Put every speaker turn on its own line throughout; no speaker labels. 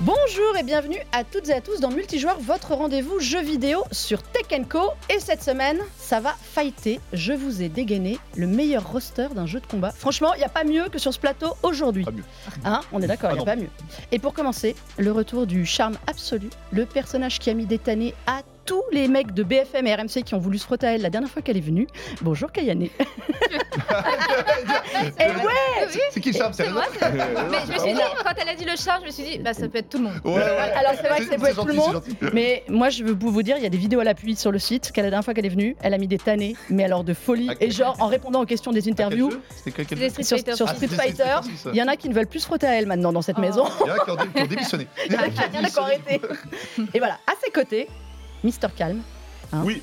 Bonjour et bienvenue à toutes et à tous dans Multijoueur, votre rendez-vous jeu vidéo sur Tech Co. Et cette semaine, ça va fighter. Je vous ai dégainé le meilleur roster d'un jeu de combat. Franchement, il n'y a pas mieux que sur ce plateau aujourd'hui.
Pas mieux.
Hein On est d'accord, il
Ah
n'y a
non.
pas mieux. Et pour commencer, le retour du charme absolu, le personnage qui a mis des tannées à tous les mecs de BFM et RMC qui ont voulu se frotter à elle la dernière fois qu'elle est venue. Bonjour Kayane. Et ouais,
Oui,
C'est qui le charme
c'est moi. c'est- Mais je me suis dit,
Non.
quand elle a dit le chat, je me suis dit, bah ça peut être tout le monde.
Ouais, ouais.
alors c'est vrai que c'est pour tout le
gentil,
monde.
Euh, c'est gentil.
Mais moi, je veux vous dire, il y a des vidéos à l'appui sur le site. Qu'à la dernière fois qu'elle est venue, elle a mis des tannées, mais alors de folie.
À quel-
Et genre, en répondant aux questions des interviews,
Quel jeu C'était quel- quel
C'est des
jeu
Sur-
Street Fighter.
sur
Ah,
Street
c'était- c'était
Fighter,
sorti, ça.
il y en a qui ne veulent plus se frotter à elle maintenant dans cette
Oh.
maison.
Il y en a qui ont dé- qui ont démissionné.
Il y en a qui- il y en a qui ont arrêté. Et voilà, à ses côtés, Mister Calm. hein.
Oui.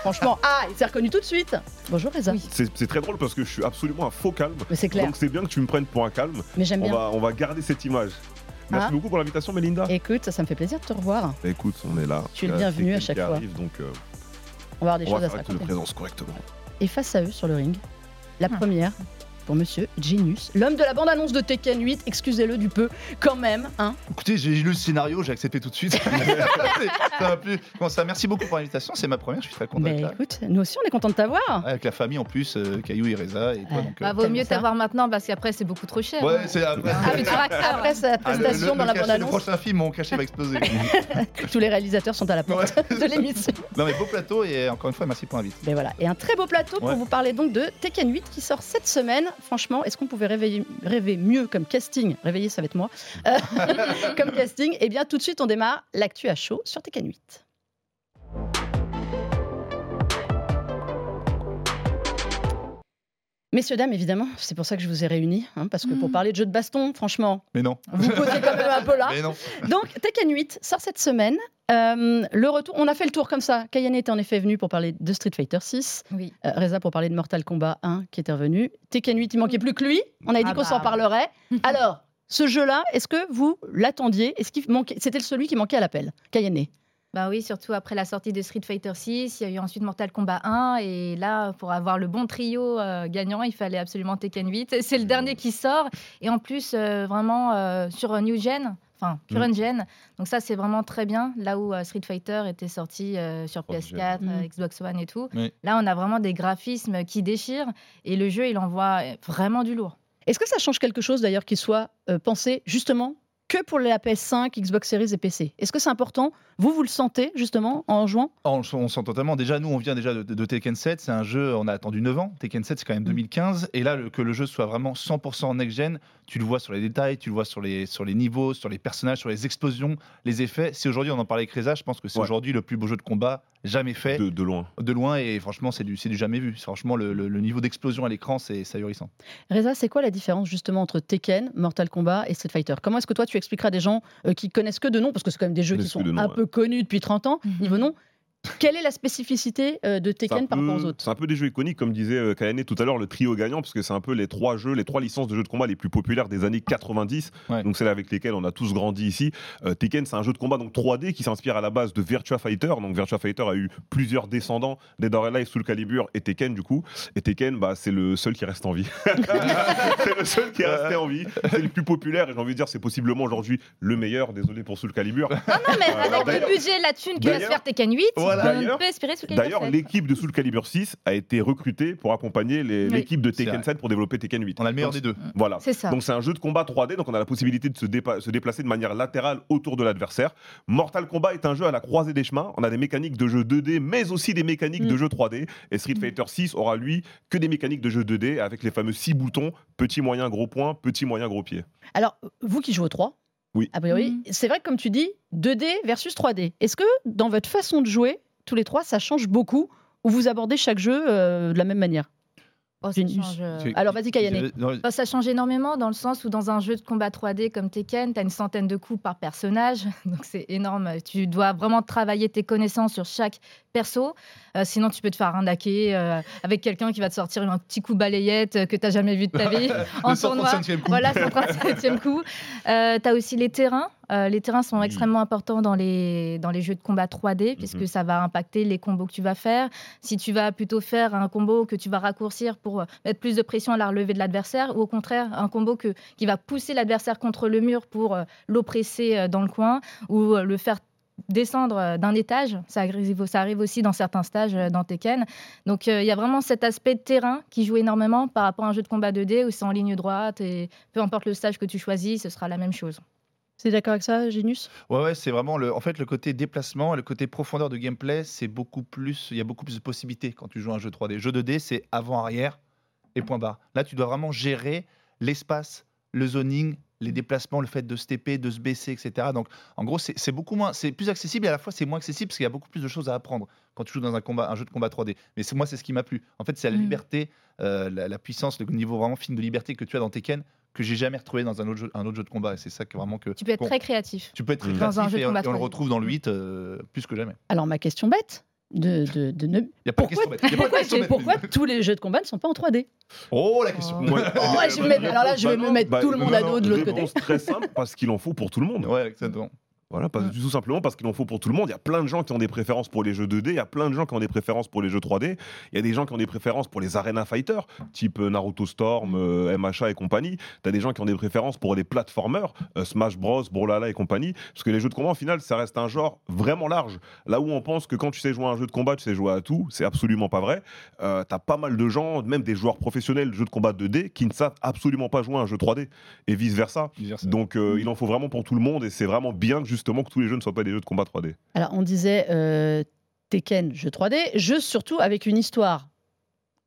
Franchement, ah, il s'est reconnu tout de suite. Bonjour Reza.
C'est c'est très drôle parce que je suis absolument un faux calme.
Mais c'est clair,
Donc c'est bien que tu me prennes pour un calme.
mais j'aime
On
bien.
va, on va garder cette image. Merci
Ah.
beaucoup pour l'invitation, Melinda.
Écoute, ça, ça me fait plaisir de te revoir.
Bah, écoute, on est là.
Tu es le
Il y a
bienvenu à
quelqu'un
chaque
qui
fois.
Arrive, donc euh,
On va avoir des
on
choses
va
à se
faire acte de
raconter.
présence correctement.
Et face à eux sur le ring, la première pour Monsieur Genius, l'homme de la bande-annonce de Tekken 8, excusez-le du peu, quand même, hein,
Écoutez, j'ai lu le scénario, j'ai accepté tout de suite. ça m'a plu. Comment ça Merci beaucoup pour l'invitation. C'est ma première, je suis très content.
Mais
d'être là.
écoute, nous aussi on est content de t'avoir.
Ouais, Avec la famille en plus, euh, Caillou et Reza
Ouais.
et toi. donc, euh,
Bah, vaut
Comme
mieux
ça.
t'avoir maintenant parce qu'après c'est beaucoup trop cher.
Ouais, c'est après.
Ah, mais tu raccores.
Après sa
Ah, le-
prestation
le-
dans
le
la
cachet, Le
bande-annonce,
prochain film, mon cachet va exploser.
tous les réalisateurs sont à la porte de
Ouais.
l'émission.
Non, mais beau plateau et encore une fois, merci pour l'invitation.
Mais Ben voilà, et un très beau plateau pour
Ouais.
vous parler donc de Tekken 8 qui sort cette semaine. Franchement, est-ce qu'on pouvait réveiller- rêver mieux comme casting Réveiller, ça va être moi. Euh, comme casting, eh bien tout de suite on démarre l'actu à chaud sur Tekken 8. Messieurs, dames, évidemment, c'est pour ça que je vous ai réunis, hein, parce que pour
Mm.
parler de jeu de baston, franchement,
Mais non.
vous posez quand même un peu là.
Mais non.
Donc, Tekken 8 sort cette semaine. Euh, le retour, on a fait le tour comme ça. Kayane était en effet venue pour parler de Street Fighter 6,
Oui.
euh, Reza pour parler de Mortal Kombat 1 qui était revenu. Tekken 8, il manquait plus que lui. On avait dit
Ah
qu'on
bah.
s'en parlerait. Alors, ce jeu-là, est-ce que vous l'attendiez Est-ce qu'il manquait C'était celui qui manquait à l'appel, Kayane.
Bah oui, surtout après la sortie de Street Fighter 6, il y a eu ensuite Mortal Kombat 1 et là pour avoir le bon trio euh, gagnant, il fallait absolument Tekken 8. C'est le dernier qui sort et en plus euh, vraiment euh, sur euh, New Gen. Enfin,
Mm.
current gen. Donc ça, c'est vraiment très bien. Là où euh, Street Fighter était sorti euh, sur
Current
PS4,
gen.
euh,
Mm.
Xbox One et tout.
Oui.
Là, on a vraiment des graphismes qui déchirent. Et le jeu, il envoie euh, vraiment du lourd.
Est-ce que ça change quelque chose d'ailleurs qu'il soit euh, pensé justement que pour la PS5, Xbox Series et PC Est-ce que c'est important Vous, vous le sentez justement en jouant
Ah, On, on sent totalement. Déjà, nous, on vient déjà de, de Tekken 7. C'est un jeu, on a attendu 9 ans. Tekken 7, c'est quand même 2015. Et là, le- que le jeu soit vraiment 100% next-gen, tu le vois sur les détails, tu le vois sur les, sur les niveaux, sur les personnages, sur les explosions, les effets. Si aujourd'hui, on en parlait avec Reza, je pense que c'est
Ouais.
aujourd'hui le plus beau jeu de combat jamais fait, de,
De, de loin.
loin. Et franchement, c'est du, c'est du jamais vu. Franchement, le, le- le niveau d'explosion à l'écran, c'est c'est ahurissant.
Reza, c'est quoi la différence justement entre Tekken, Mortal Kombat et Street Fighter Comment est-ce que toi tu expliqueras à des gens euh, qui connaissent que de nom, parce que c'est quand même des jeux qui
Connaissent
sont
que de nom,
un
ouais.
peu connus depuis 30 ans, niveau nom, quelle est la spécificité euh, de
C'est un
Tekken par rapport
peu-
aux autres
C'est un peu des jeux iconiques, comme disait euh, Kayane tout à l'heure, le trio gagnant, parce que c'est un peu les trois jeux, les trois licences de jeux de combat les plus populaires des années 90,
Ouais.
donc celles avec lesquelles on a tous grandi ici. Euh, Tekken, c'est un jeu de combat donc 3D qui s'inspire à la base de Virtua Fighter. Donc Virtua Fighter a eu plusieurs descendants, Dead or Alive, Soul Calibur et Tekken du coup. Et Tekken, bah, c'est le seul qui reste en vie. c'est le seul qui est resté en vie. C'est le plus populaire et j'ai envie de dire, c'est possiblement aujourd'hui le meilleur. Désolé pour Soul Calibur.
Non, mais
Euh,
avec le
d'ailleurs-
budget, la thune que va se
d'ailleurs-
faire Tekken 8,
Voilà.
on
D'ailleurs-
peut espérer sous
D'ailleurs, l'équipe de Soul Calibur 6 a été recrutée pour accompagner les-
Oui.
l'équipe de
C'est
Tekken
vrai.
7 pour développer Tekken 8.
On a le meilleur
Donc,
des deux.
Voilà.
C'est ça.
Donc c'est un jeu de combat 3D, donc on a la possibilité de se, dépa- se déplacer de manière latérale autour de l'adversaire. Mortal Kombat est un jeu à la croisée des chemins. On a des mécaniques de jeu 2D, mais aussi des mécaniques
Mm.
de jeu 3D. Et Street
Mm.
Fighter 6 aura lui que des mécaniques de jeu 2D avec les fameux 6 boutons petit, moyen, gros point, petit, moyen, gros pied.
Alors, vous qui jouez aux 3,
Oui.
a priori,
Mhm.
c'est vrai que comme tu dis, 2D versus 3D. Est-ce que dans votre façon de jouer, tous les trois, ça change beaucoup ou vous abordez chaque jeu euh, de la même manière
Oh, ça,
Genius.
change, euh,
alors, vas-y, Kayane.
Non,
Bah, ça change énormément dans le sens où dans un jeu de combat 3D comme Tekken, tu as une centaine de coups par personnage, donc c'est énorme. Tu dois vraiment travailler tes connaissances sur chaque perso, Euh, sinon tu peux te faire arnaquer euh, avec quelqu'un qui va te sortir un petit coup balayette euh, que t'as jamais vu de ta vie
Le
en tournoi.
135e coup.
Voilà, c'est le 37e coup. Euh, tu as aussi les terrains Euh, les terrains sont
Oui.
extrêmement importants dans les, dans les jeux de combat 3D, puisque ça va impacter les combos que tu vas faire. Si tu vas plutôt faire un combo que tu vas raccourcir pour euh, mettre plus de pression à la relevée de l'adversaire, ou au contraire, un combo que, qui va pousser l'adversaire contre le mur pour euh, l'oppresser euh, dans le coin, ou euh, le faire descendre euh, d'un étage. Ça arrive, ça arrive aussi dans certains stages euh, dans Tekken. Donc euh, il y a vraiment cet aspect de terrain qui joue énormément par rapport à un jeu de combat 2D où c'est en ligne droite et peu importe le stage que tu choisis, ce sera la même chose.
C'est d'accord avec ça, Genius
Ouais, ouais, c'est vraiment le, en fait, le côté déplacement et le côté profondeur de gameplay, c'est beaucoup plus. Il y a beaucoup plus de possibilités quand tu joues à un jeu 3D. Jeu 2D, c'est avant-arrière et point barre. Là, tu dois vraiment gérer l'espace, le zoning,
Mm.
les déplacements, le fait de se taper, de se baisser, etc. Donc, en gros, c'est c'est beaucoup moins, c'est plus accessible et à la fois c'est moins accessible parce qu'il y a beaucoup plus de choses à apprendre quand tu joues dans un combat, un jeu de combat 3D. Mais c'est- moi, c'est ce qui m'a plu. En fait, c'est la
Mm.
liberté, euh, la, la puissance, le niveau vraiment fine de liberté que tu as dans Tekken que j'ai jamais retrouvé dans un autre jeu, un autre jeu de combat. Et c'est ça que vraiment que
Tu peux être
qu'on-
très créatif.
tu peux être très
Dans
créatif
un jeu de
et, on-
combat
et on le
3D.
retrouve dans le 8 euh, plus que jamais.
Alors, ma question bête de, de, de ne...
Il n'y a pas
Pourquoi,
de question bête. Y a pas de
pourquoi,
question bête.
pourquoi tous les jeux de combat ne sont pas en 3D
Oh la question.
Oh.
Oh, ouais, je vais me mettre- Alors là, je vais me mettre tout le monde à dos de l'autre côté.
Bah, Réponse très simple parce qu'il en faut pour tout le monde.
Ouais, exactement.
Voilà, parce-
Mm.
tout simplement parce qu'il en faut pour tout le monde. Il y a plein de gens qui ont des préférences pour les jeux 2D, il y a plein de gens qui ont des préférences pour les jeux 3D, il y a des gens qui ont des préférences pour les arena fighters, type euh, Naruto Storm, euh, MHA et compagnie. T'as des gens qui ont des préférences pour les platformers, euh, Smash Bros, Brawlhalla et compagnie. Parce que les jeux de combat, au final, ça reste un genre vraiment large. Là où on pense que quand tu sais jouer à un jeu de combat, tu sais jouer à tout, c'est absolument pas vrai. Euh, T'as pas mal de gens, même des joueurs professionnels de jeux de combat 2D, qui ne savent absolument pas jouer à un jeu 3D et vice versa. Donc
Mm.
euh, il en faut vraiment pour tout le monde et c'est vraiment bien que, justement que tous les jeux ne soient pas des jeux de combat 3D.
Alors, on disait euh, Tekken, jeu 3D, jeu surtout avec une histoire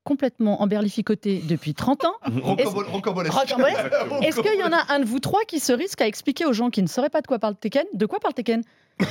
complètement emberlificotée depuis 30 ans.
Rocambole- rocambolesque.
Rocambolesque
Exactement.
Est-ce qu'il y en a un de vous trois qui se risque à expliquer aux gens qui ne sauraient pas de quoi parle Tekken De quoi parle Tekken
Euh,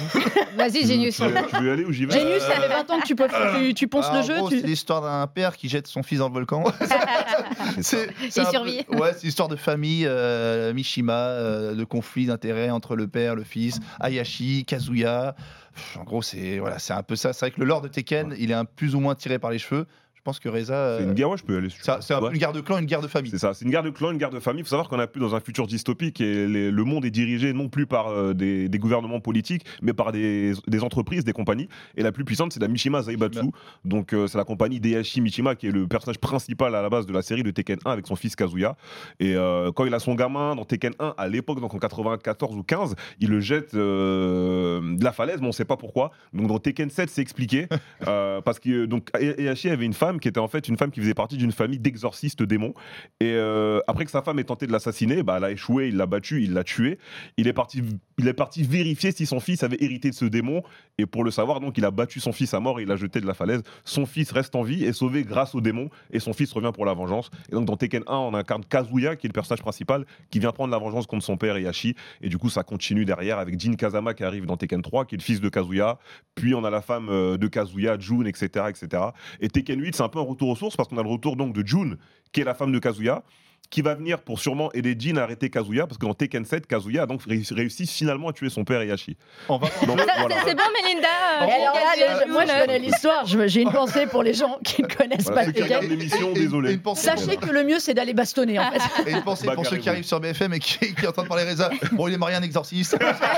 Vas-y, Genius.
Tu veux tu veux y aller ou j'y vais
Genius, ça fait 20 ans que tu, peux- tu,
euh,
tu ponces
Ah,
le
en
jeu.
gros,
tu-
C'est l'histoire d'un père qui jette son fils dans le volcan.
Ah,
c'est c'est
Il
un peu-
survit.
Ouais, c'est l'histoire de famille, euh, Mishima, euh, de conflits d'intérêts entre le père, le fils, Hayashi, Kazuya. Pff, en gros, c'est voilà, c'est un peu ça. C'est vrai que le lore de Tekken, il est un plus ou moins tiré par les cheveux. Je pense que Reza. euh,
C'est une guerre, ouais, je peux y aller. si tu
ça-
veux.
C'est un peu
Ouais.
une guerre de clan, une guerre de famille.
C'est ça, c'est une guerre de clans, une guerre de famille. Il faut savoir qu'on a plus dans un futur dystopique et les- le monde est dirigé non plus par euh, des, des gouvernements politiques, mais par des, des entreprises, des compagnies. Et la plus puissante, c'est la Mishima Zaibatsu. Donc euh, c'est la compagnie Daihachi Mishima qui est le personnage principal à la base de la série de Tekken 1 avec son fils Kazuya. Et euh, quand il a son gamin dans Tekken 1, à l'époque, donc en 94 ou 15, il le jette euh, de la falaise, mais on ne sait pas pourquoi. Donc dans Tekken 7, c'est expliqué. euh, parce que euh, donc Heihachi avait une femme qui était en fait une femme qui faisait partie d'une famille d'exorcistes démons. Et euh, après que sa femme ait tenté de l'assassiner, bah, elle a échoué, il l'a battu, il l'a tué. Il est, parti, il est parti vérifier si son fils avait hérité de ce démon. Et pour le savoir, donc, il a battu son fils à mort et il l'a jeté de la falaise. Son fils reste en vie et sauvé grâce au démon. Et son fils revient pour la vengeance. Et donc, dans Tekken 1, on incarne Kazuya, qui est le personnage principal, qui vient prendre la vengeance contre son père Heihachi. Et du coup, ça continue derrière avec Jin Kazama qui arrive dans Tekken 3, qui est le fils de Kazuya. Puis, on a la femme euh, de Kazuya, June, etc. etc. Et Tekken 8, c'est un peu un retour aux sources parce qu'on a le retour donc de June, qui est la femme de Kazuya, qui va venir pour sûrement aider Jin à arrêter Kazuya, parce que dans Tekken 7, Kazuya a donc ré- réussi finalement à tuer son père Heihachi.
On
Ah,
va-
Donc,
Ça,
voilà.
c'est- C'est bon, Melinda. euh,
Oh,
Et alors là,
regardez
les-
le
Ah, moi, je
jeu.
connais l'histoire. je- J'ai une pensée pour les gens qui ne connaissent
Voilà,
pas
ceux qui
Tekken.
regardent l'émission,
Et- et-
désolé.
et une pensée-
Sachez que le mieux, c'est d'aller bastonner, en fait.
Et une pensée pour ceux qui
Bagarrez-vous.
arrivent sur BFM et qui, qui entendent parler Reza. Bon, il est marié à un exorciste.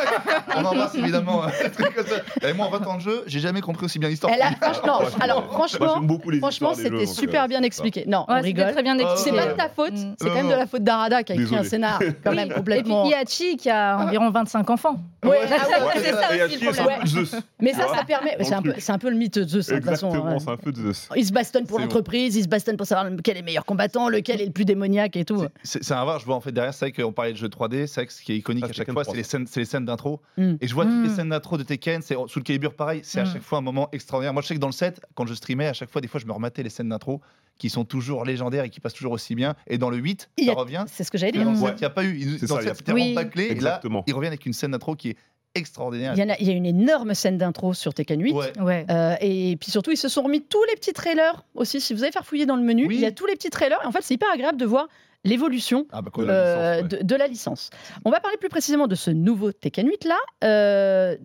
On embrasse évidemment. euh, un truc comme ça. Et moi, en 20 ans de jeu, j'ai jamais compris aussi bien l'histoire.
Elle a- franchement,
Moi, j'aime-
alors,
moi,
franchement,
j'aime beaucoup les
franchement
histoires des
c'était
jeux, donc,
super
euh,
bien
c'est
expliqué. Non, on
Ouais, c'était
rigole.
très bien expliqué.
C'est pas de ta faute,
Mm.
c'est quand même
Non,
de
non.
la faute d'Arada qui a écrit
Désolé.
un scénar quand même
Et puis
complètement. Ah.
Iachi qui a environ 25 enfants.
Ouais,
Ouais,
ah ouais,
ça.
c'est ça aussi
Heihachi
le
est un
problème.
peu Zeus.
Mais ça,
Ouais.
ça permet.
Dans
C'est un,
le
peu-
truc.
c'est un peu le mythe de Zeus, hein, de toute façon.
Exactement,
hein.
c'est un peu Zeus.
Ils se bastonnent pour
C'est
l'entreprise, ils se bastonnent pour savoir lequel est le meilleur combattant, lequel est le plus démoniaque et tout.
C'est c'est un var, je vois en fait derrière, c'est vrai qu'on parlait de jeu 3D, c'est vrai que ce qui est iconique
Ah,
à
c'est
chaque
Tekken
fois,
3,
c'est les scènes, c'est les scènes d'intro.
Mm.
Et je vois toutes les
Mm.
scènes d'intro de Tekken, c'est sous le calibre pareil, c'est à
Mm.
chaque fois un moment extraordinaire. Moi, je sais que dans le set, quand je streamais, à chaque fois, des fois, je me rematais les scènes d'intro qui sont toujours légendaires et qui passent toujours aussi bien. Et dans le 8,
Il y
ça
a-
revient.
C'est ce que j'allais
Et
dire.
dans le
Mm.
7, il n'y a pas eu. Ils-
C'est
Dans
ça,
le
il y a-
7, c'était vraiment
Oui.
bâclé. Et là,
Exactement.
ils reviennent avec une scène d'intro qui est extraordinaire.
Il y, en a, il y a une énorme scène d'intro sur Tekken 8.
Ouais.
Ouais.
Euh, et puis surtout, ils se sont remis tous les petits trailers aussi. Si vous allez faire fouiller dans le menu,
Oui.
il y a tous les petits trailers. Et en fait, c'est hyper agréable de voir l'évolution
Ah, bah,
De
quoi,
la
euh,
licence,
de, de la licence. On va parler plus précisément de ce nouveau Tekken 8 là. Euh,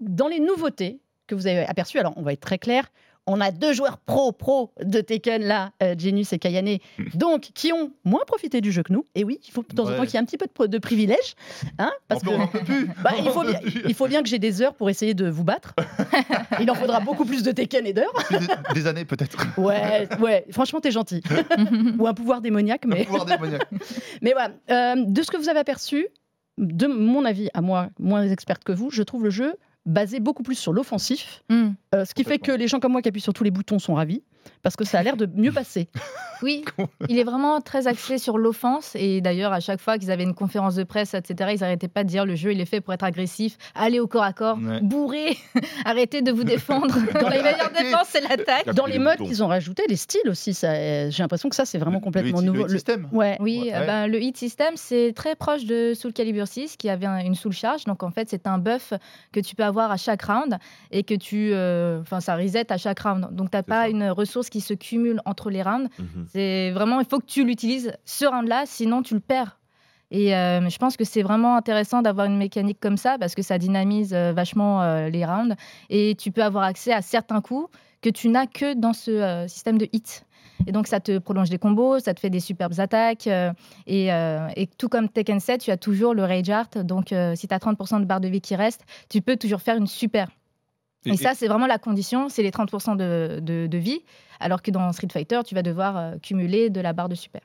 dans les nouveautés que vous avez aperçues, alors on va être très clair, on a deux joueurs pro pro de Tekken là, euh, Genius et Kayane, donc qui ont moins profité du jeu que nous. Et oui, il faut de temps en
Ouais.
temps qu'il y ait un petit peu de, pro- de privilèges, hein, parce
En
que
plus, on n'en peut plus.
bah,
On
il, faut
en peut
bien,
plus.
il faut bien que j'ai des heures pour essayer de vous battre. Il en faudra beaucoup plus de Tekken et d'heures.
Des- Des années peut-être.
Ouais, ouais. Franchement, t'es gentil. Ou un pouvoir démoniaque,
Le
mais
pouvoir démoniaque.
mais voilà. Euh, de ce que vous avez aperçu, de mon avis à moi, moins experte que vous, je trouve le jeu basé beaucoup plus sur l'offensif,
Hmm.
euh, ce qui fait que les gens comme moi qui appuient sur tous les boutons sont ravis parce que ça a l'air de mieux passer.
Oui, il est vraiment très axé sur l'offense. Et d'ailleurs, à chaque fois qu'ils avaient une conférence de presse, etc., ils n'arrêtaient pas de dire le jeu, il est fait pour être agressif, allez au corps à corps,
Ouais.
bourrez, arrêtez de vous défendre.
Dans
La
les-
meilleure défense, c'est l'attaque.
Dans
Appuyer
les
les
modes
boutons.
qu'ils ont rajouté, les styles aussi, ça, euh, j'ai l'impression que ça c'est vraiment
Le-
complètement
le hit-
nouveau.
Le hit système.
Le- Ouais.
Oui,
Ouais.
euh, ben, le hit system, c'est très proche de Soul Calibur 6 qui avait un- une soul charge. Donc en fait, c'est un buff que tu peux avoir à chaque round et que tu. euh, Enfin, ça reset à chaque round. Donc t'as
C'est
pas
ça.
une ressource qui se cumule entre les rounds.
Mhm.
C'est vraiment, il faut que tu l'utilises ce round-là, sinon tu le perds. Et euh, je pense que c'est vraiment intéressant d'avoir une mécanique comme ça parce que ça dynamise euh, vachement euh, les rounds et tu peux avoir accès à certains coups que tu n'as que dans ce euh, système de hit. Et donc ça te prolonge des combos, ça te fait des superbes attaques. euh, et, euh, et tout comme Tekken 7, tu as toujours le Rage Art. Donc euh, si tu as 30% de barre de vie qui reste, tu peux toujours faire une super. Et, ça, c'est vraiment la condition, c'est les 30% de, de- de vie, alors que dans Street Fighter, tu vas devoir euh, cumuler de la barre de super.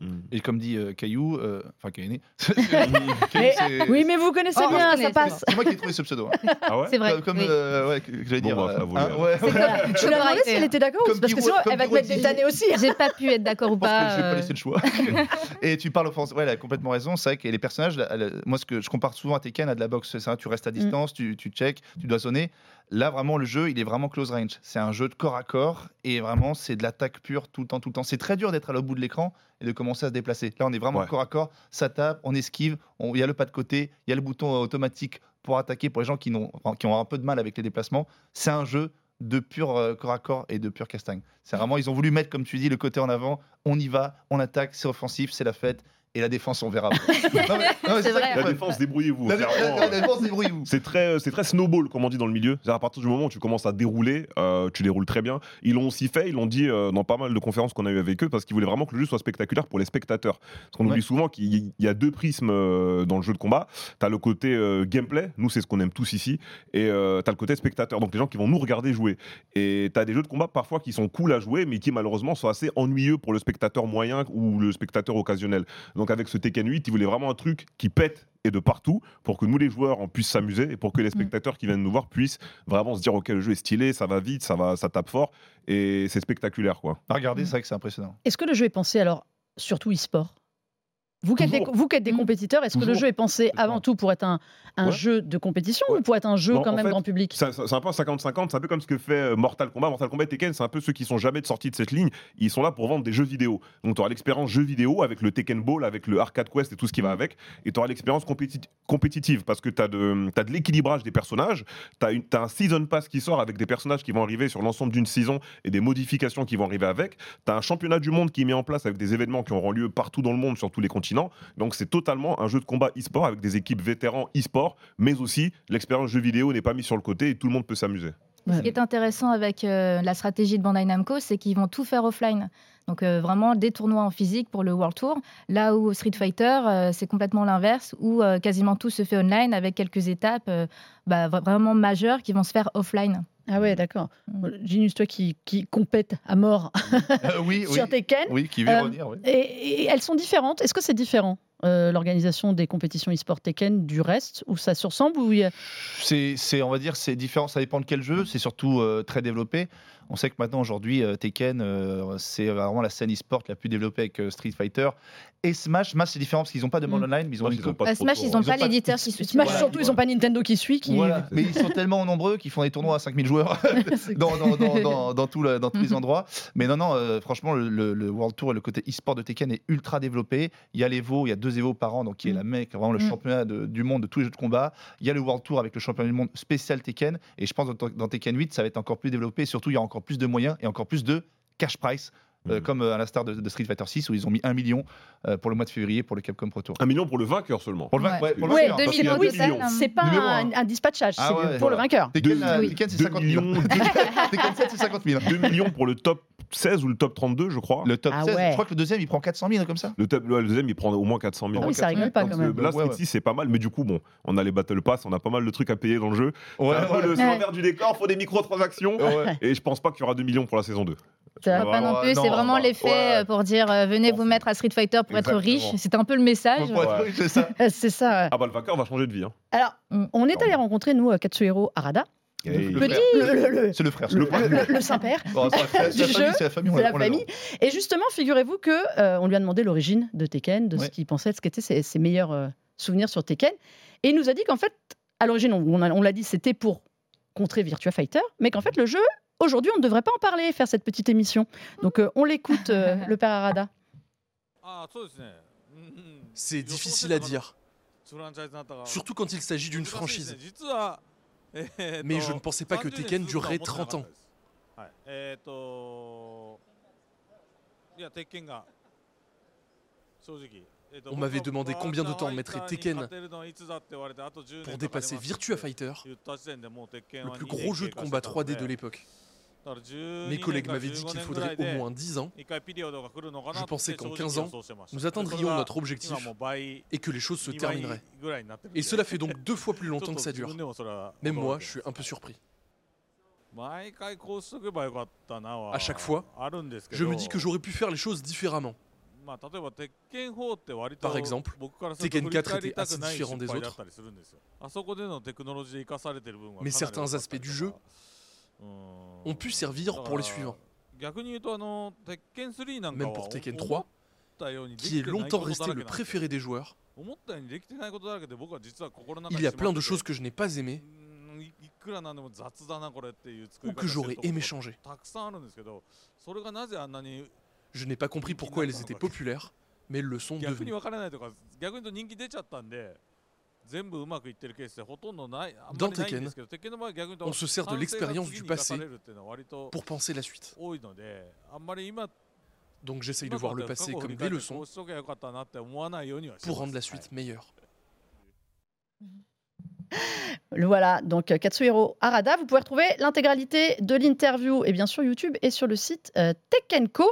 Mhm.
Et comme dit euh, Caillou, euh, enfin Kayane.
Mais-
Caillou, c'est-
Oui, mais vous connaissez
Ah,
bien, ça
je connais,
passe.
C'est moi qui ai trouvé ce pseudo. hein.
Ah ouais
C'est vrai.
Comme, comme,
oui.
euh, ouais, que que j'allais
Bon,
dire.
bah,
euh,
faut avouer,
hein,
alors.
ouais, ouais.
Je me demandais si
Correcté,
elle
hein.
était d'accord,
Comme
ou- parce que
Biro-
sinon
comme
elle va te
Biro
mettre des
dit.
damnés aussi.
J'ai pas pu être d'accord
euh,
ou
Je pense que
pas.
j'ai pas
euh,
laissé le choix. euh. et tu parles offense. Ouais, elle a complètement raison. C'est vrai que les personnages, là, elle- moi, ce que je compare souvent à Tekken à de la boxe, c'est ça. Tu restes à distance, tu, tu check, tu dois sonner. Là, vraiment, le jeu, il est vraiment close range. C'est un jeu de corps à corps et vraiment, c'est de l'attaque pure tout le temps, tout le temps. C'est très dur d'être à l'autre bout de l'écran et de commencer à se déplacer. Là, on est vraiment
Ouais.
corps à corps. Ça tape, on esquive. on- Il y a le pas de côté, il y a le bouton euh, automatique pour attaquer pour les gens qui, n'ont- enfin, qui ont un peu de mal avec les déplacements. C'est un jeu de pur euh, corps à corps et de pur castagne. C'est vraiment, ils ont voulu mettre, comme tu dis, le côté en avant. On y va, on attaque, c'est offensif, c'est la fête. Et la défense, on verra. Non, mais- non, mais
C'est
ça
vrai.
qui est
La
fun.
défense, débrouillez-vous.
La,
clairement.
la- la défense, débrouillez-vous.
C'est très, euh, c'est très snowball, comme on dit dans le milieu. C'est-à-dire, à partir du moment où tu commences à dérouler, euh, tu déroules très bien. Ils l'ont aussi fait, ils l'ont dit euh, dans pas mal de conférences qu'on a eues avec eux, parce qu'ils voulaient vraiment que le jeu soit spectaculaire pour les spectateurs. Parce qu'on
Ouais.
oublie souvent qu'il y- il y a deux prismes euh, dans le jeu de combat. Tu as le côté euh, gameplay, nous c'est ce qu'on aime tous ici, et tu as le côté spectateur, donc les gens qui vont nous regarder jouer. Et tu as des jeux de combat parfois qui sont cool à jouer, mais qui malheureusement sont assez ennuyeux pour le spectateur moyen ou le spectateur occasionnel. Donc avec ce Tekken 8, ils voulaient vraiment un truc qui pète et de partout pour que nous les joueurs on puisse s'amuser et pour que les spectateurs qui viennent nous voir puissent vraiment se dire ok le jeu est stylé, ça va vite, ça va, ça tape fort et c'est spectaculaire quoi.
Ah, Regardez, c'est vrai que c'est impressionnant.
Est-ce que le jeu est pensé alors surtout e-sport vous qui, êtes des,
Toujours.
vous qui êtes des
Mm.
compétiteurs, est-ce que le
Toujours.
jeu est pensé
Complètement.
avant tout pour être un, un
Ouais.
jeu de compétition
Ouais.
ou pour être un jeu
Non,
quand
en
même
fait,
grand public
C'est c'est un peu un 50-50, c'est un peu comme ce que fait euh, Mortal Kombat. Mortal Kombat et Tekken, c'est un peu ceux qui sont jamais sortis de cette ligne. Ils sont là pour vendre des jeux vidéo. Donc tu auras l'expérience jeu vidéo avec le Tekken Ball, avec le Arcade Quest et tout ce qui va avec. Et tu auras l'expérience compétit- compétitive parce que tu as de, t'as de l'équilibrage des personnages. Tu as, un Season Pass qui sort avec des personnages qui vont arriver sur l'ensemble d'une saison et des modifications qui vont arriver avec. Tu as un championnat du monde qui est mis en place avec des événements qui auront lieu partout dans le monde, sur tous les continents. Donc c'est totalement un jeu de combat e-sport avec des équipes vétérans e-sport, mais aussi l'expérience jeu vidéo n'est pas mise sur le côté et tout le monde peut s'amuser.
Ce qui est intéressant avec euh, la stratégie de Bandai Namco, c'est qu'ils vont tout faire offline. Donc euh, vraiment des tournois en physique pour le World Tour, là où Street Fighter, euh, c'est complètement l'inverse, où euh, quasiment tout se fait online avec quelques étapes euh, bah, vra- vraiment majeures qui vont se faire offline.
Ah ouais, d'accord.
Mm.
Ginus, toi qui, qui compète à mort
Euh, oui, oui.
sur Tekken,
Oui, qui veut
Euh,
revenir. oui.
et, et elles sont différentes. Est-ce que c'est différent euh, l'organisation des compétitions e-sport Tekken du reste Ou ça se ressemble ou il y a-
C'est, c'est- on va dire, c'est différent. Ça dépend de quel jeu. C'est surtout euh, très développé. On sait que maintenant, aujourd'hui, euh, Tekken, euh, c'est vraiment la scène e-sport la plus développée avec euh, Street Fighter et Smash. Smash, c'est différent parce qu'ils n'ont pas de monde online, mais ils ont
Moi,
une
ils
co-
ont pas
À
trop
Bah, Smash,
tort,
ils n'ont
hein.
pas
pas de-
l'éditeur qui soutient.
Smash
Voilà,
surtout, ils
voilà.
n'ont pas Nintendo qui suit. Qui...
Voilà. Mais ils sont tellement nombreux qu'ils font des tournois à 5000 joueurs dans, dans, dans, dans- dans tout le- dans tous les endroits. Mais non, non, euh, franchement, le, le- le World Tour et le côté e-sport de Tekken est ultra développé. Il y a l'Evo, il y a deux Evo par an, donc qui est la mec, vraiment le
Mm.
championnat de- du monde de tous les jeux de combat. Il y a le World Tour avec le championnat du monde spécial Tekken. Et je pense que dans, dans Tekken 8, ça va être encore plus développé. Et surtout, il y a encore plus de moyens et encore plus de cash price. euh,
Mhm.
comme euh, à la star de, de Street Fighter 6 où ils ont mis 1 million euh, pour le mois de février pour le Capcom Pro Tour.
Un million pour le vainqueur seulement.
Pour le vain-
Ouais.
ouais, pour le
Ouais,
vainqueur,
deux
parce qu'il y a
millions,
deux
oui, ça,
millions.
là.
C'est pas
Numéro
un, un dispatchage,
Ah
c'est
ouais,
pour le
voilà.
vainqueur.
Tekken,
Deux-
euh,
oui.
Tekken, c'est
2
50 000.
millions,
Tekken 7, c'est 50 000.
2 millions pour le top 16 ou le top 32, je crois. Le,
Le top
Ah
16,
ouais.
je crois que le deuxième, il prend 400 000 comme ça.
top, ouais, le deuxième, il prend au moins 400 000.
Ah oui, ça
400
rigole pas quand
Donc,
même.
euh, Là,
Ouais,
Street
ouais.
6, c'est pas mal, mais du coup, bon, on a les Battle Pass, on a pas mal de trucs à payer dans le jeu.
Ouais,
un peu
ouais.
le
Ouais.
revers du décor, faut des microtransactions.
Ouais.
Et je pense pas qu'il y aura 2 millions pour la saison 2.
Ça va
Bah, Pas
Ouais,
non
ouais,
plus, c'est
non,
vraiment
ouais.
l'effet
Ouais.
euh, pour dire euh, venez vous mettre à Street Fighter pour être riche.
Exactement.
C'est un peu le message.
Pour être- c'est ça.
Euh, C'est ça. ouais.
Ah bah le vainqueur va changer de vie. hein.
Alors,
Mm.
on est allé rencontrer, nous, euh, Katsuhiro Arada,
Et-
Le
petit,
frère.
le, le- le-
C'est le frère. c'est
le-
le frère.
le- le Saint-Père,
Bon, c'est la famille,
Du jeu,
c'est la famille, on
c'est
les-
la
on les-
famille. Et justement, figurez-vous que euh, on lui a demandé l'origine de Tekken, de
Ouais.
ce qu'il pensait, de ce qu'étaient ses, ses meilleurs euh, souvenirs sur Tekken. Et il nous a dit qu'en fait, à l'origine, on, on a- on l'a dit, c'était pour contrer Virtua Fighter, mais qu'en fait, le jeu, aujourd'hui, on ne devrait pas en parler, faire cette petite émission. Donc, euh, on l'écoute, euh, le père Arada.
C'est difficile à dire, surtout quand il s'agit d'une franchise.
Mais je ne pensais pas que Tekken durerait 30 ans.
On m'avait demandé combien de temps mettrait Tekken
Pour dépasser Virtua Fighter,
Fighter,
le plus gros jeu de combat 3D de l'époque.
l'époque.
Mes collègues m'avaient dit qu'il faudrait au moins 10 ans
Je
Je pensais qu'en 15 ans, nous atteindrions notre objectif et que les choses se termineraient. Et cela fait donc deux fois plus longtemps que ça dure. Même moi, je suis un peu surpris.
À
À chaque fois, Je me dis que j'aurais pu faire les choses différemment.
Par exemple, Tekken 4 était assez différent des autres. Mais certains aspects du jeu
On
ont
pu
pu
servir
servir
pour les suivants,
Même
même pour Tekken 3, qui est longtemps resté le préféré des joueurs. Il y a plein de choses que je n'ai pas aimées ou que j'aurais aimé changer.
changer.
Je n'ai pas compris pourquoi elles étaient populaires, mais elles le sont
逆に
devenues.
分からないとか逆に言うと人気出ちゃったんで全部うまくいってるケースってほとんどないあんまりないんですけど Tekken の場合は逆に言
On
うと
se sert de
反省が
l'expérience
次
du
に生かさ
passé
れるっていうのは割と
pour penser la suite.
多いのであんまり今
Donc j'essaye
今
de
と
voir
なっ
le
ては過
passé
去を振
comme
り
des
返ってこ
leçons
うしとけばよかったなって思わないようにはしてま
pour
す
rendre la
はい
suite meilleure.
Le Voilà, donc euh, Katsuhiro Arada. Vous pouvez retrouver l'intégralité de l'interview et bien sûr YouTube et sur le site euh, Tekken Co.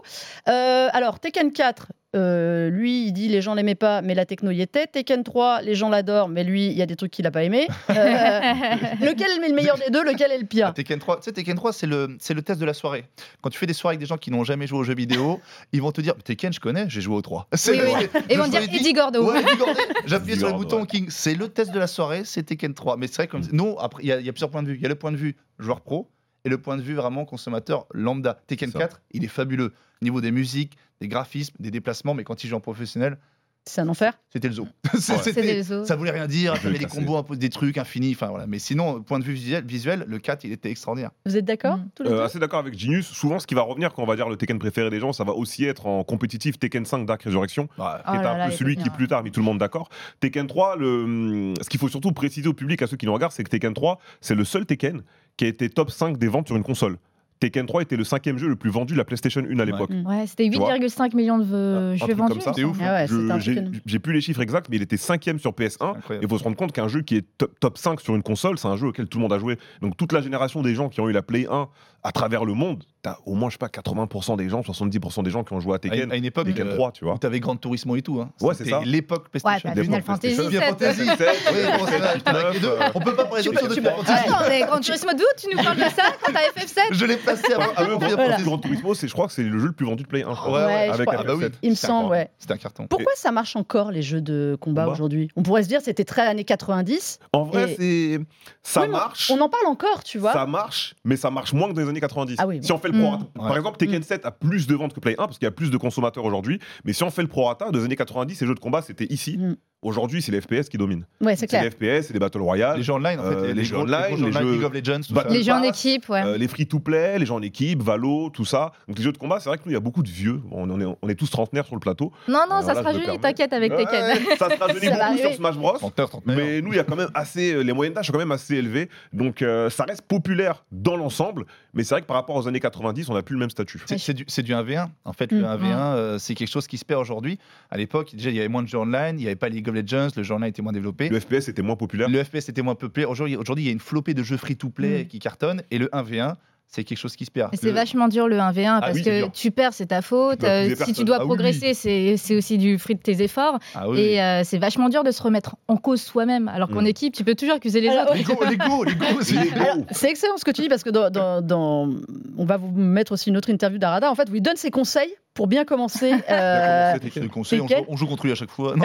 Euh, alors, Tekken 4, euh, lui, il dit les gens l'aimaient pas, mais la techno y était. Tekken 3, les gens l'adorent, mais lui, il y a des trucs qu'il n'a pas aimé. Euh, lequel est le meilleur des deux Lequel est le
Ah,
pire
Tekken 3, tu sais, Tekken 3, c'est le, c'est le test de la soirée. Quand tu fais des soirées avec des gens qui n'ont jamais joué aux jeux vidéo, ils vont te dire Tekken, je connais, j'ai joué au 3.
Oui, oui. Et
je
vont
vous
dire
l'ai dit.
Eddie Gordo.
Ouais, Eddie Gordet. J'appuyais sur le
Gordo,
bouton
ouais.
King. C'est le test de la soirée, c'est Tekken 3. Mais c'est vrai, comme
Mm.
nous, après, il y, a- il y a plusieurs points de vue. Il y a le point de vue joueur pro et le point de vue vraiment consommateur lambda. Tekken
C'est ça.
4, il est fabuleux. Niveau des musiques, des graphismes, des déplacements, mais quand il joue en professionnel,
C'est un enfer.
c'était le zoo.
C'est des os.
Ça voulait rien dire,
Je
il y
vais
avait
le
des
casser.
combos, un peu des trucs infinis, enfin voilà. Mais sinon, point de vue visuel, visuel, le 4, il était extraordinaire.
Vous êtes d'accord
Mm.
tous les
Euh,
deux
assez d'accord avec Genius. Souvent, ce qui va revenir quand on va dire le Tekken préféré des gens, ça va aussi être en compétitif Tekken 5 Dark Resurrection, qui
Oh
est
là
un
là,
peu
il
celui
était
qui
bien.
plus tard a mis tout le monde d'accord. Tekken 3, le, hum, ce qu'il faut surtout préciser au public, à ceux qui nous regardent, c'est que Tekken 3, c'est le seul Tekken qui a été top 5 des ventes sur une console. Tekken 3 était le cinquième jeu le plus vendu de la PlayStation 1 à l'époque.
Ouais, c'était
Tu vois
8,5 millions de euh,
Un
jeux
truc
vendus.
comme ça. hein.
il me
C'est
semble.
ouf.
Ah ouais,
Je-
c'était un truc
J'ai
énorme.
j'ai plus les chiffres exacts, mais il était cinquième sur PS1. Et
Incroyable.
il faut se rendre compte qu'un jeu qui est top, top 5 sur une console, c'est un jeu auquel tout le monde a joué. Donc toute la génération des gens qui ont eu la Play 1 à travers le monde, t'as au moins, je sais pas, 80% des gens, 70% des gens qui ont joué à
À une,
Tekken,
à une époque
Tekken
euh,
3, tu
où
vois.
t'avais Grand Turismo et tout. Hein.
Ouais, c'est
C'était
ça.
L'époque
Ouais,
PlayStation.
t'as
Des
Final
fois,
Fantasy
PlayStation.
Final
7.
Fantasy. Oui, bon, c'est vrai, putain, avec les deux.
euh,
on peut pas parler
Tu
d'autres
peux-
choses de
tu
Final
peux-
Fantasy.
Ouais.
Attends, mais Grand Turismo d'où tu nous parles de ça quand t'as FF7
Je l'ai placé avant.
Ah, le
avant
Grand,
Final Fantasy.
Grand Turismo, c'est- je crois que c'est le jeu le plus vendu de Play 1, je crois.
Ouais, je
avec
crois.
la
Ah bah oui.
cassette.
Il me
C'est
semble,
incroyable.
ouais.
C'était un carton.
Pourquoi ça marche encore les jeux de combat,
Combat
aujourd'hui On pourrait se dire c'était très années 90.
En vrai,
Et-
c'est ça
Oui, mais
marche.
On en parle encore, tu vois.
Ça marche, mais ça marche moins que dans les années 90.
Ah oui,
Si on fait le
Mm.
prorata,
Ouais.
par exemple, Tekken 7 a plus de ventes que Play 1 parce qu'il y a plus de consommateurs aujourd'hui. Mais si on fait le prorata, des années 90, ces jeux de combat c'était ici.
Mm.
Aujourd'hui, c'est les FPS qui dominent.
Ouais, c'est
C'est
clair.
les FPS, c'est les Battle Royale,
Les jeux online, en fait.
Euh, les jeux
gros-
online,
gros
les jeux-
League of Legends, tout
Bah,
ça.
Les gens en
passe,
équipe, ouais.
euh, les free-to-play, les gens en équipe, Valo, tout ça. Donc les jeux de combat, c'est vrai que nous, il y a beaucoup de vieux. On, on est, on est tous trentenaires sur le plateau.
non, non,
euh,
ça se
voilà, je me
rajeunit,
permets.
t'inquiète avec
Ouais,
Tekken.
ça se rajeunit
Ça va
beaucoup sur
arriver.
Smash Bros.
39, 39.
Mais nous, il y a quand même assez. euh, Les moyennes d'âge sont quand même assez élevées. Donc, euh, ça reste populaire dans l'ensemble. Mais c'est vrai que par rapport aux années 90, on n'a plus le même statut.
C'est- C'est du, c'est du 1v1. En fait,
Mm,
le 1v1, euh, c'est quelque chose qui se perd aujourd'hui. À l'époque, déjà, il y avait moins de jeux online, il n'y avait pas League of Legends, le jeu online était moins développé.
Le FPS était moins populaire.
Le FPS était moins peuplé. Aujourd'hui, aujourd'hui, il y a une flopée de jeux free-to-play qui cartonnent, et le 1v1, c'est quelque chose qui se perd.
Et
Euh,
C'est
Le-
vachement dur le 1v1
Ah
parce
oui, c'est
que
dur.
tu perds, c'est ta faute.
Tu dois
Euh,
accuser
si tu
personne.
dois
Ah oui.
progresser, c'est c'est aussi du fruit de tes efforts.
Ah oui.
Et euh, c'est vachement dur de se remettre en cause soi-même. Alors qu'en
Mm.
équipe, tu peux toujours accuser les
Alors,
autres.
L'ego, l'ego, l'ego, c'est-
Les-
Alors,
Oh.
c'est excellent ce que tu dis parce que dans, dans- dans- on va vous mettre aussi une autre interview d'Arada en fait où il donne ses conseils pour bien commencer. euh,
Bien commencé, t'es- t'es conseil, on,
Tekken.
joue, on joue contre lui à chaque fois. Non,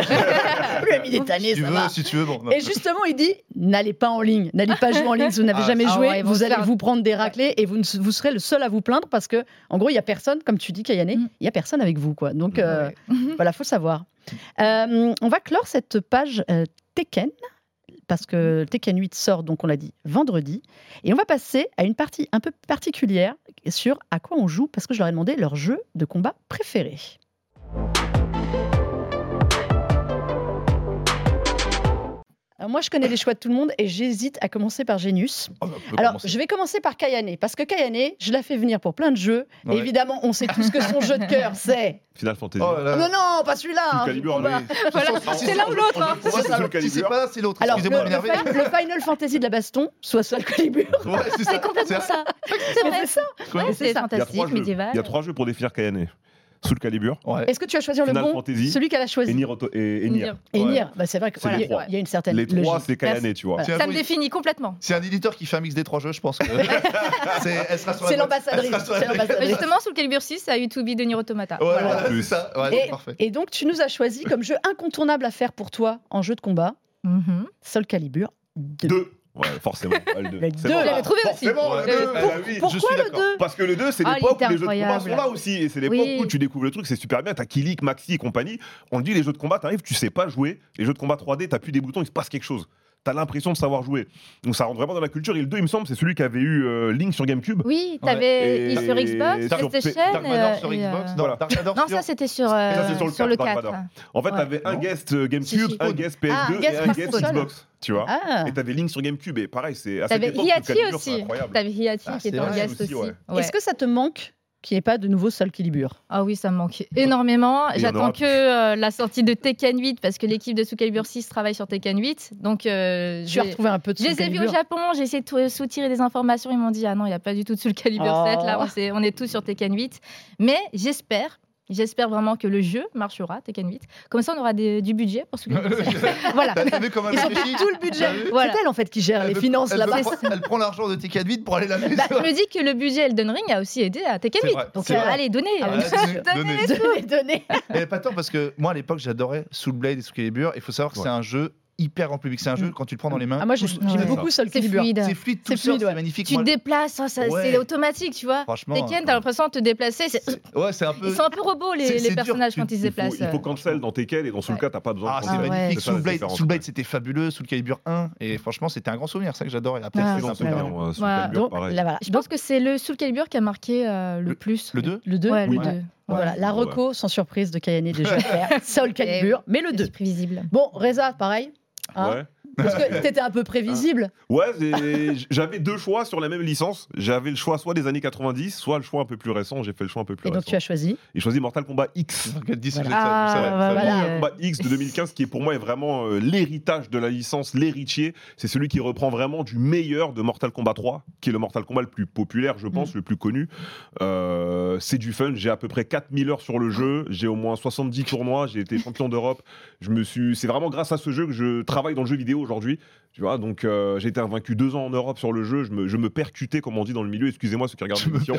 Lui a mis des tannées,
si tu
ça
veux,
va.
si tu veux. Bon, non.
Et justement, il dit n'allez pas en ligne, n'allez pas jouer en ligne si vous n'avez
Ah,
jamais
ah
joué,
ouais, ils vont
vous
se
allez
faire-
vous prendre des raclés et vous, ne- vous serez le seul à vous plaindre parce que, en gros, il y a personne, comme tu dis, Kayane, il
Mm.
y a personne avec vous, quoi. Donc euh, voilà, faut le savoir. Euh, on va clore cette page euh, Tekken parce que Tekken 8 sort, donc on l'a dit, vendredi. Et on va passer à une partie un peu particulière sur à quoi on joue, parce que je leur ai demandé leur jeu de combat préféré. Alors moi, je connais les choix de tout le monde et j'hésite à commencer par Genius.
Ah bah, on peut
Alors,
commencer.
je vais commencer par Kayane, parce que Kayane, je la fais venir pour plein de jeux. Et
Ouais.
évidemment, on sait tous que son jeu de cœur, c'est.
Final Fantasy.
Oh là là.
Ah non, non, pas celui-là
Soul
hein,
Calibur,
combat.
oui.
Voilà,
Ah,
c'est l'un ou l'autre. hein.
C'est ça, Soul
Si c'est
Calibur.
pas là, c'est l'autre.
Alors, le,
Excusez-moi de
le
m'énerver.
fin- le Final Fantasy de la baston, soit Soul Calibur.
Ouais, c'est ça.
complètement
C'est-
ça. C'est vrai.
C'est ça.
Ouais,
c'est
C'est
ça.
Il y a trois
fantastique,
jeux.
médiéval.
Il y a trois jeux pour définir Kayane. Soul Calibur,
Ouais.
Est-ce que tu vas choisir
Final
le bon
Fantasy,
Celui qu'elle a choisi.
et Nier. Auto- et- et Nier.
Nier.
Et
Ouais.
Nier. Bah, c'est vrai que
C'est
voilà,
les
il y a-
trois.
il y a une certaine
Les trois,
logique.
c'est Kayane, tu vois.
Voilà.
C'est un
Ça me
bruit.
définit complètement.
C'est un éditeur qui fait un mix des trois jeux, je pense. que- C'est- elle sera sur la
C'est
boîte.
l'ambassadrice.
Elle sera sur
C'est
la boîte.
Mais
l'ambassadrice.
Justement, sous le Calibur 6, ça a eu to be de Nier Automata.
Ouais,
Voilà.
voilà, c'est ça. Ouais, c'est parfait.
Et donc, tu nous as choisi comme jeu incontournable à faire pour toi en jeu de combat,
Mhm.
Soul Calibur 2.
Deux. Ouais, forcément. Ah, le deux.
Le
C'est
deux.
bon.
J'avais
trouvé aussi.
Forcément, le
Ouais.
deux.
Pour-
Ah bah oui.
Je
Pourquoi
suis
le
d'accord.
2
Parce que le 2, c'est
Ah,
l'époque
il
où
était
les jeux de combat
incroyable.
sont là aussi. Et c'est l'époque
Oui.
où tu découvres le truc, c'est super bien. T'as Kilik, Maxi et compagnie. On te dit, les jeux de combat, t'arrives, tu sais pas jouer. Les jeux de combat 3D, t'appuies des boutons, il se passe quelque chose. T'as l'impression de savoir jouer. Donc ça rentre vraiment dans la culture. Et le 2, il me semble, c'est celui qui avait eu euh, Link sur Gamecube.
Oui,
Ouais.
t'avais
Et-
il sur Xbox,
et sur P-
PlayStation.
Dark Vador
euh,
sur
et,
Xbox.
euh,
Non,
Voilà.
Dark Vador
Non,
sur-
ça c'était sur, euh,
Ça, c'est sur le
sur le
quatre, Dark
4.
Vador. En fait,
Ouais.
t'avais un
Non.
guest euh, Gamecube,
Si, si.
un guest PS2
Ah, un
et
guest
un guest
console.
Xbox. Tu vois
Ah
Et t'avais Link sur Gamecube. Et pareil, c'est à cette
T'avais
époque, le
Hiachi
Calibur, c'est
aussi.
incroyable.
T'avais Hiachi
Ah,
qui était
c'est
en
vrai
guest
aussi,
aussi.
ouais.
Ouais.
Est-ce que ça te manque qu'il n'y ait pas de nouveau Soul Calibur
Ah oui, ça me manque énormément.
Et il y en
J'attends
aura
que
plus.
euh, la sortie de Tekken 8 parce que l'équipe de Soul Calibur 6 travaille sur Tekken 8. Donc, euh,
Tu as
j'ai-
retrouvé un peu de
je
Soul
les ai vus au
Calibur
Japon, j'ai essayé de tou- soutirer des informations. Ils m'ont dit Ah non, il n'y a pas du tout de Soul Calibur
Oh.
7. Là, on, s'est- on est tous sur Tekken 8. Mais j'espère. J'espère vraiment que le jeu marchera, Tekken 8. Comme ça, on aura des- du budget pour Soul Calibur 7. voilà.
T'as vu comment elle
Ils ont
réfléchit
tout le budget.
Voilà.
C'est elle en fait qui gère
Elle
les
veut-
finances
elle veut
là-bas.
prendre- Elle prend l'argent de TK 8 pour aller la
Bah, je me dis que le budget Elden Ring a aussi aidé à Tekken
C'est
8.
vrai,
Donc,
c'est
euh,
vrai.
allez, donnez.
Ah, ouais,
euh,
donnez-
donnez les
donnez.
De
sous.
les donner.
Et pas tant parce que moi à l'époque j'adorais Soul Blade et Soul Calibur. Il faut savoir que
Ouais. Mm.
c'est un jeu hyper en public. C'est un jeu quand tu le prends dans les mains.
Ah, moi,
tout
j'ai-
seul,
j'aimais
ça.
beaucoup Soul
C'est
Calibur.
fluide.
C'est fluide,
C'est
tout seul,
fluide, ouais.
c'est magnifique.
Tu te
Moi,
déplaces, hein, ça, ça-
Ouais.
c'est automatique, tu vois.
Franchement,
Tekken,
euh,
t'as l'impression de te déplacer. c'est-
ouais, c'est un
Ils
peu.
sont un peu robots,
C'est-
les,
c'est
les
dur,
personnages,
tu-
quand ils se
Il faut,
déplacent.
il faut cancel dans Tekken et dans Soul
euh, Ouais.
4, t'as pas besoin
Ah,
de
c'est
Ah
cancel.
ouais.
magnifique.
C'est ça, la
Soul Blade,
différence,
Soul Blade,
ouais.
c'était fabuleux. Soul Calibur 1. Et franchement, c'était un grand souvenir. C'est ça que j'adore. Et après,
Ah,
c'est un
Excellent
peu
souvenir,
perdu.
moi, Soul
Ouais.
euh, Calibur,
Donc,
pareil.
là, voilà.
Je pense que c'est le Soul Calibur qui a marqué euh, le,
Le-
plus.
Le 2
Le 2
Ouais,
Oui.
le 2.
Voilà, la
Ouais.
reco sans surprise de Kayane de faire Soul Calibur, mais le 2.
prévisible.
Bon, Reza, pareil. hein,
Ouais.
Parce que t'étais un peu prévisible.
Ouais, j'ai- j'avais deux choix sur la même licence. J'avais le choix soit des années 90, soit le choix un peu plus récent. J'ai fait le choix un peu plus
Et donc tu
récent.
as choisi.
J'ai choisi Mortal Kombat X.
Ah, bah,
Mortal
voilà.
Kombat X de 2015, qui est pour moi est vraiment euh, l'héritage de la licence, l'héritier. C'est celui qui reprend vraiment du meilleur de Mortal Kombat 3, qui est le Mortal Kombat le plus populaire, je pense, le plus connu. Euh, c'est du fun. J'ai à peu près 4000 heures sur le jeu. J'ai au moins 70 tournois. J'ai été champion d'Europe. Je me suis. C'est vraiment grâce à ce jeu que je travaille dans le jeu vidéo aujourd'hui. Tu vois, donc euh, j'ai été invaincu deux ans en Europe sur le jeu. Je me, je me percutais, comme on dit dans le milieu. Excusez-moi ceux qui regardent l'émission.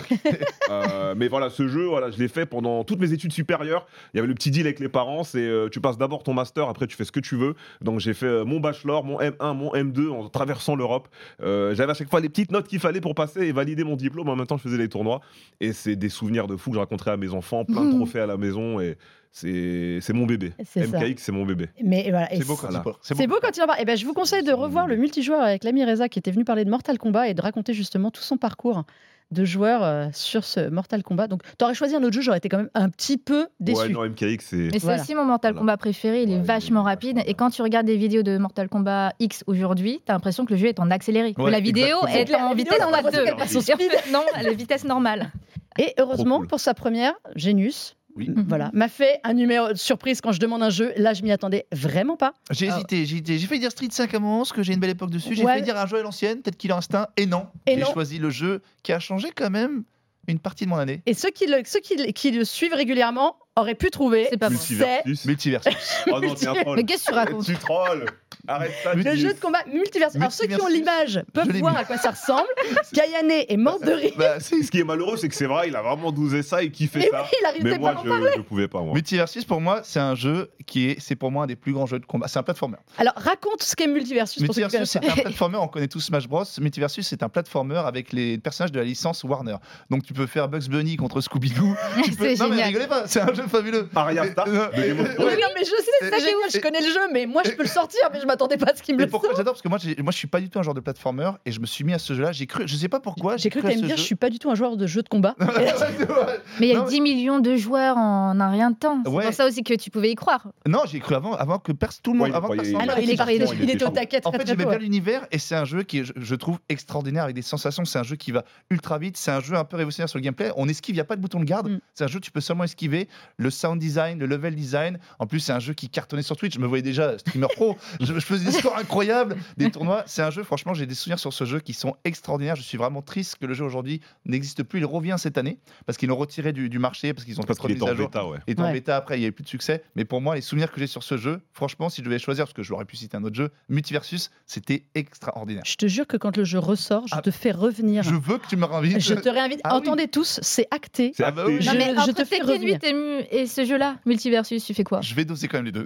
Euh, mais voilà, ce jeu, voilà, je l'ai fait pendant toutes mes études supérieures. Il y avait le petit deal avec les parents c'est euh, tu passes d'abord ton master, après tu fais ce que tu veux. Donc j'ai fait euh, mon bachelor, mon M1, mon M2 en traversant l'Europe. Euh, J'avais à chaque fois les petites notes qu'il fallait pour passer et valider mon diplôme. En même temps, je faisais les tournois. Et c'est des souvenirs de fou que je raconterai à mes enfants, plein de
Mhm.
trophées à la maison. Et c'est c'est mon bébé.
C'est ça.
MKX, c'est mon bébé.
Mais voilà, et
C'est beau quand
Voilà.
il part.
C'est beau quand il en parle. Eh ben, je vous conseille de
c'est
revoir le
mignon.
multijoueur avec l'ami Reza qui était venu parler de Mortal Kombat et de raconter justement tout son parcours de joueur euh, sur ce Mortal Kombat. Donc, t'aurais choisi un autre jeu, j'aurais été quand même un petit peu déçu.
Ouais, non, MKX, c'est.
Mais c'est
Voilà.
aussi mon Mortal
Voilà.
Kombat préféré, il
Ouais,
est
il est
vachement
vachement
rapide.
bien.
Et quand tu regardes des vidéos de Mortal Kombat X aujourd'hui, t'as l'impression que le jeu est en accéléré. Que
Ouais,
la vidéo
exactement.
est en
La vidéo,
vitesse
on a l'impression
x2.
qu'elle passe au
Et en fait, Non, elle est vitesse normale.
Et heureusement,
Trop cool.
pour sa première, Genius.
Oui.
m- Voilà, m'a fait un numéro de surprise quand je demande un jeu. Là, je m'y attendais vraiment pas.
J'ai
Ah.
hésité, j'ai hésité. J'ai failli dire Street 5 à un moment, parce que j'ai une belle époque dessus. J'ai
Ouais.
failli dire un jeu à l'ancienne, peut-être qu'il a instinct, et non.
Et
j'ai
non.
choisi le jeu qui a changé quand même une partie de mon année.
Et ceux qui le, ceux qui, le- qui le suivent régulièrement auraient pu trouver.
C'est pas vrai.
Multiversus.
Multiversus.
Oh non, t'es un troll.
Mais qu'est-ce que tu racontes
Tu trolls. Arrête ça.
Le
Multiverse.
jeu de combat multiverse. Alors ceux qui ont
Multiverse.
l'image
Je
peuvent
l'ai
voir
mis.
à quoi ça ressemble. Gaillanet est mort de rire.
bah, si.
Ce qui est malheureux, c'est que c'est vrai, il a vraiment dousé ça et kiffé
Mais oui,
ça.
il arrive
Mais
pas à
moi,
en
je je pouvais pas, moi.
Multiversus, pour moi, c'est un jeu qui est, c'est pour moi un des plus grands jeux de combat. C'est un platformer.
Alors raconte ce qu'est Multiversus pour ceux qui
Multiversus,
connaissent
c'est un platformer. On connaît tous Smash Bros. Multiversus, c'est un platformer avec les personnages de la licence Warner. Donc tu peux faire Bugs Bunny contre Scooby-Doo. Tu peux-
C'est
Non mais
génial.
rigolez pas, c'est un jeu fabuleux.
Arya
Mais-
Stark
euh,
de Game of
euh,
Oui,
ouais.
non, mais je sais,
Et-
ça qui est
et-
ouf, je connais le jeu, mais moi je peux le sortir, mais je m'attendais pas à ce qu'il me
Mais
le
pourquoi j'adore parce que moi, j'ai- moi je suis pas du tout un genre de platformer et je me suis mis à ce jeu-là. J'ai cru, je sais pas pourquoi.
J'ai cru que
à
t'allais me
ce
dire, je
jeu.
suis pas du tout un joueur de jeu de combat.
Mais il y a
Non, mais-
10 millions de joueurs en un rien de temps. C'est
Ouais.
pour ça aussi que tu pouvais y croir.
non, j'ai cru avant, avant que perce tout le monde,
Ouais, il
avant que
croyait-
personne.
Ah non,
Ah,
il est,
c'est
parti,
parti,
il est au
était
taquet très
En fait,
très
j'aimais
tôt,
bien
ouais.
l'univers et c'est un jeu qui, est- je, je trouve, extraordinaire avec des sensations. C'est un jeu qui va ultra vite. C'est un jeu un peu révolutionnaire sur le gameplay. On esquive, il n'y a pas de bouton de garde.
Mm.
C'est un jeu, que tu peux seulement esquiver. Le sound design, le level design. En plus, c'est un jeu qui cartonnait sur Twitch. Je me voyais déjà streamer pro. Je, je faisais des scores incroyables, des tournois. C'est un jeu, franchement, j'ai des souvenirs sur ce jeu qui sont extraordinaires. Je suis vraiment triste que le jeu aujourd'hui n'existe plus. Il revient cette année parce qu'ils l'ont retiré du, du marché, parce qu'ils ont
Parce
trop
qu'il
de
est
mises
en
à jour.
bêta, ouais.
Et dans
Ouais.
bêta, après, il n'y avait plus de succès. Mais pour moi, les souvenirs que j'ai sur ce jeu, franchement, si je devais choisir, parce que je l'aurais pu citer un autre jeu, Multiversus, c'était extraordinaire.
Je te jure que quand le jeu ressort, je
Ah.
te fais revenir.
Je veux que tu me réinvites.
Je te réinvite.
Ah oui.
Entendez tous, c'est acté.
C'est
Ah bah
acté.
oui.
Je-
Non, mais
je
entre
te fais
Tekken
revenir.
8 et Mu- et ce jeu-là, Multiversus, tu fais quoi
Je vais doser quand même les deux.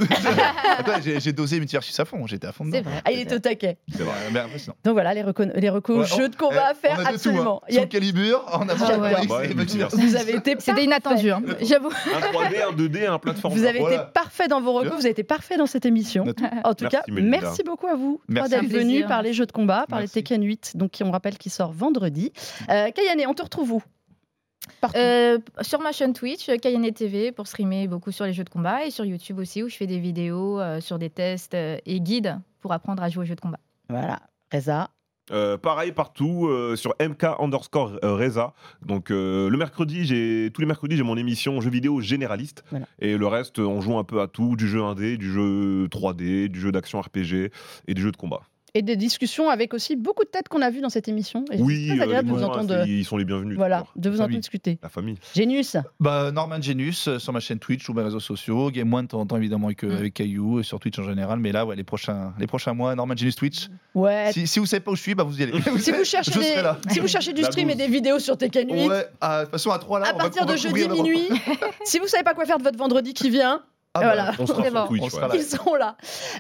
Attends, j'ai, j'ai dosé Multiversus à fond, hein, j'étais à fond dedans.
C'est vrai.
Ah, il est au taquet.
C'est vrai, mais impressionnant.
Donc voilà, les, recon- les recours
Ouais, on-
jeux de combat à
Eh,
faire,
on a de tout,
absolument.
hein.
Il y a-
Soul Calibur, on a
Ah ouais.
Jack Black,
Ouais,
et
Multiversus.
Vous avez été
C'était inattendu,
Euh,
hein, j'avoue.
Un 3D, un 2D, un plateforme.
Vous avez
bah, Voilà.
été parfait dans vos recours, vous avez été parfait dans cette émission.
On a tout.
En tout
Merci,
cas,
Melinda.
merci beaucoup à vous trois
Merci.
d'être
Un plaisir.
venus par les jeux de combat, par
Merci. Mmh.
les Tekken 8, donc qui on rappelle qui sort vendredi. Euh, Kayane, on te retrouve où Partout.
Euh, sur ma chaîne Twitch, Kayane TV, pour streamer beaucoup sur les jeux de combat, et sur YouTube aussi, où je fais des vidéos euh, sur des tests euh, et guides pour apprendre à jouer aux jeux de combat.
Voilà, Reza.
Euh, pareil partout euh, sur MK underscore euh, Reza. Donc euh, le mercredi, j'ai tous les mercredis, j'ai mon émission jeux vidéo généraliste.
Voilà.
Et le reste, euh, on joue un peu à tout, du jeu indé, du jeu 3D, du jeu d'action RPG et du jeu de combat.
Et des discussions avec aussi beaucoup de têtes qu'on a vues dans cette émission. Et
oui,
c'est très
euh,
agréable de
les
vous
gens,
entendre.
c'est- ils sont les bienvenus.
Voilà,
toujours.
de vous entendre
famille.
discuter.
La famille.
Genius,
Bah, Norman Genius euh, sur ma chaîne Twitch ou mes réseaux sociaux, Game One de temps en temps évidemment avec, euh,
Mm.
avec Caillou et sur Twitch en général, mais là ouais, les, prochains, les prochains mois, Norman Genius Twitch.
ouais. Si,
Si, si vous savez pas où je suis, bah vous y allez.
vous, cherchez
je serai
des-
là.
si vous cherchez du
La
stream et
douze.
des vidéos sur Tekken 8,
Ouais, à- de toute façon à 3 là,
à
on va-
partir
on va
de
couvrir
jeudi
l'Europe.
minuit, si vous savez pas quoi faire de votre vendredi qui vient,
Ah,
Voilà.
bah,
On sera
C'est bon.
sur Twitch.
On sera
ouais.
là.
Ils sont là.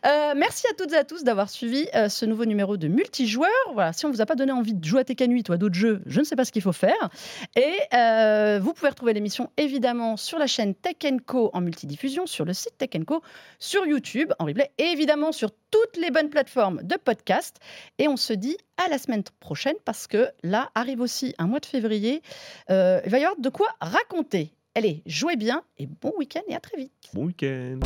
Euh, merci à toutes et à tous d'avoir suivi euh, ce nouveau numéro de multijoueur. Voilà, si on vous a pas donné envie de jouer à Tekken 8 ou à d'autres jeux, je ne sais pas ce qu'il faut faire. Et euh, vous pouvez retrouver l'émission évidemment sur la chaîne Tech Co en multidiffusion, sur le site Tech Co, sur YouTube en replay et évidemment sur toutes les bonnes plateformes de podcast. Et on se dit à la semaine prochaine parce que là arrive aussi un mois de février. Euh, il va y avoir de quoi raconter. Allez, jouez bien et bon week-end et à très vite.
Bon week-end.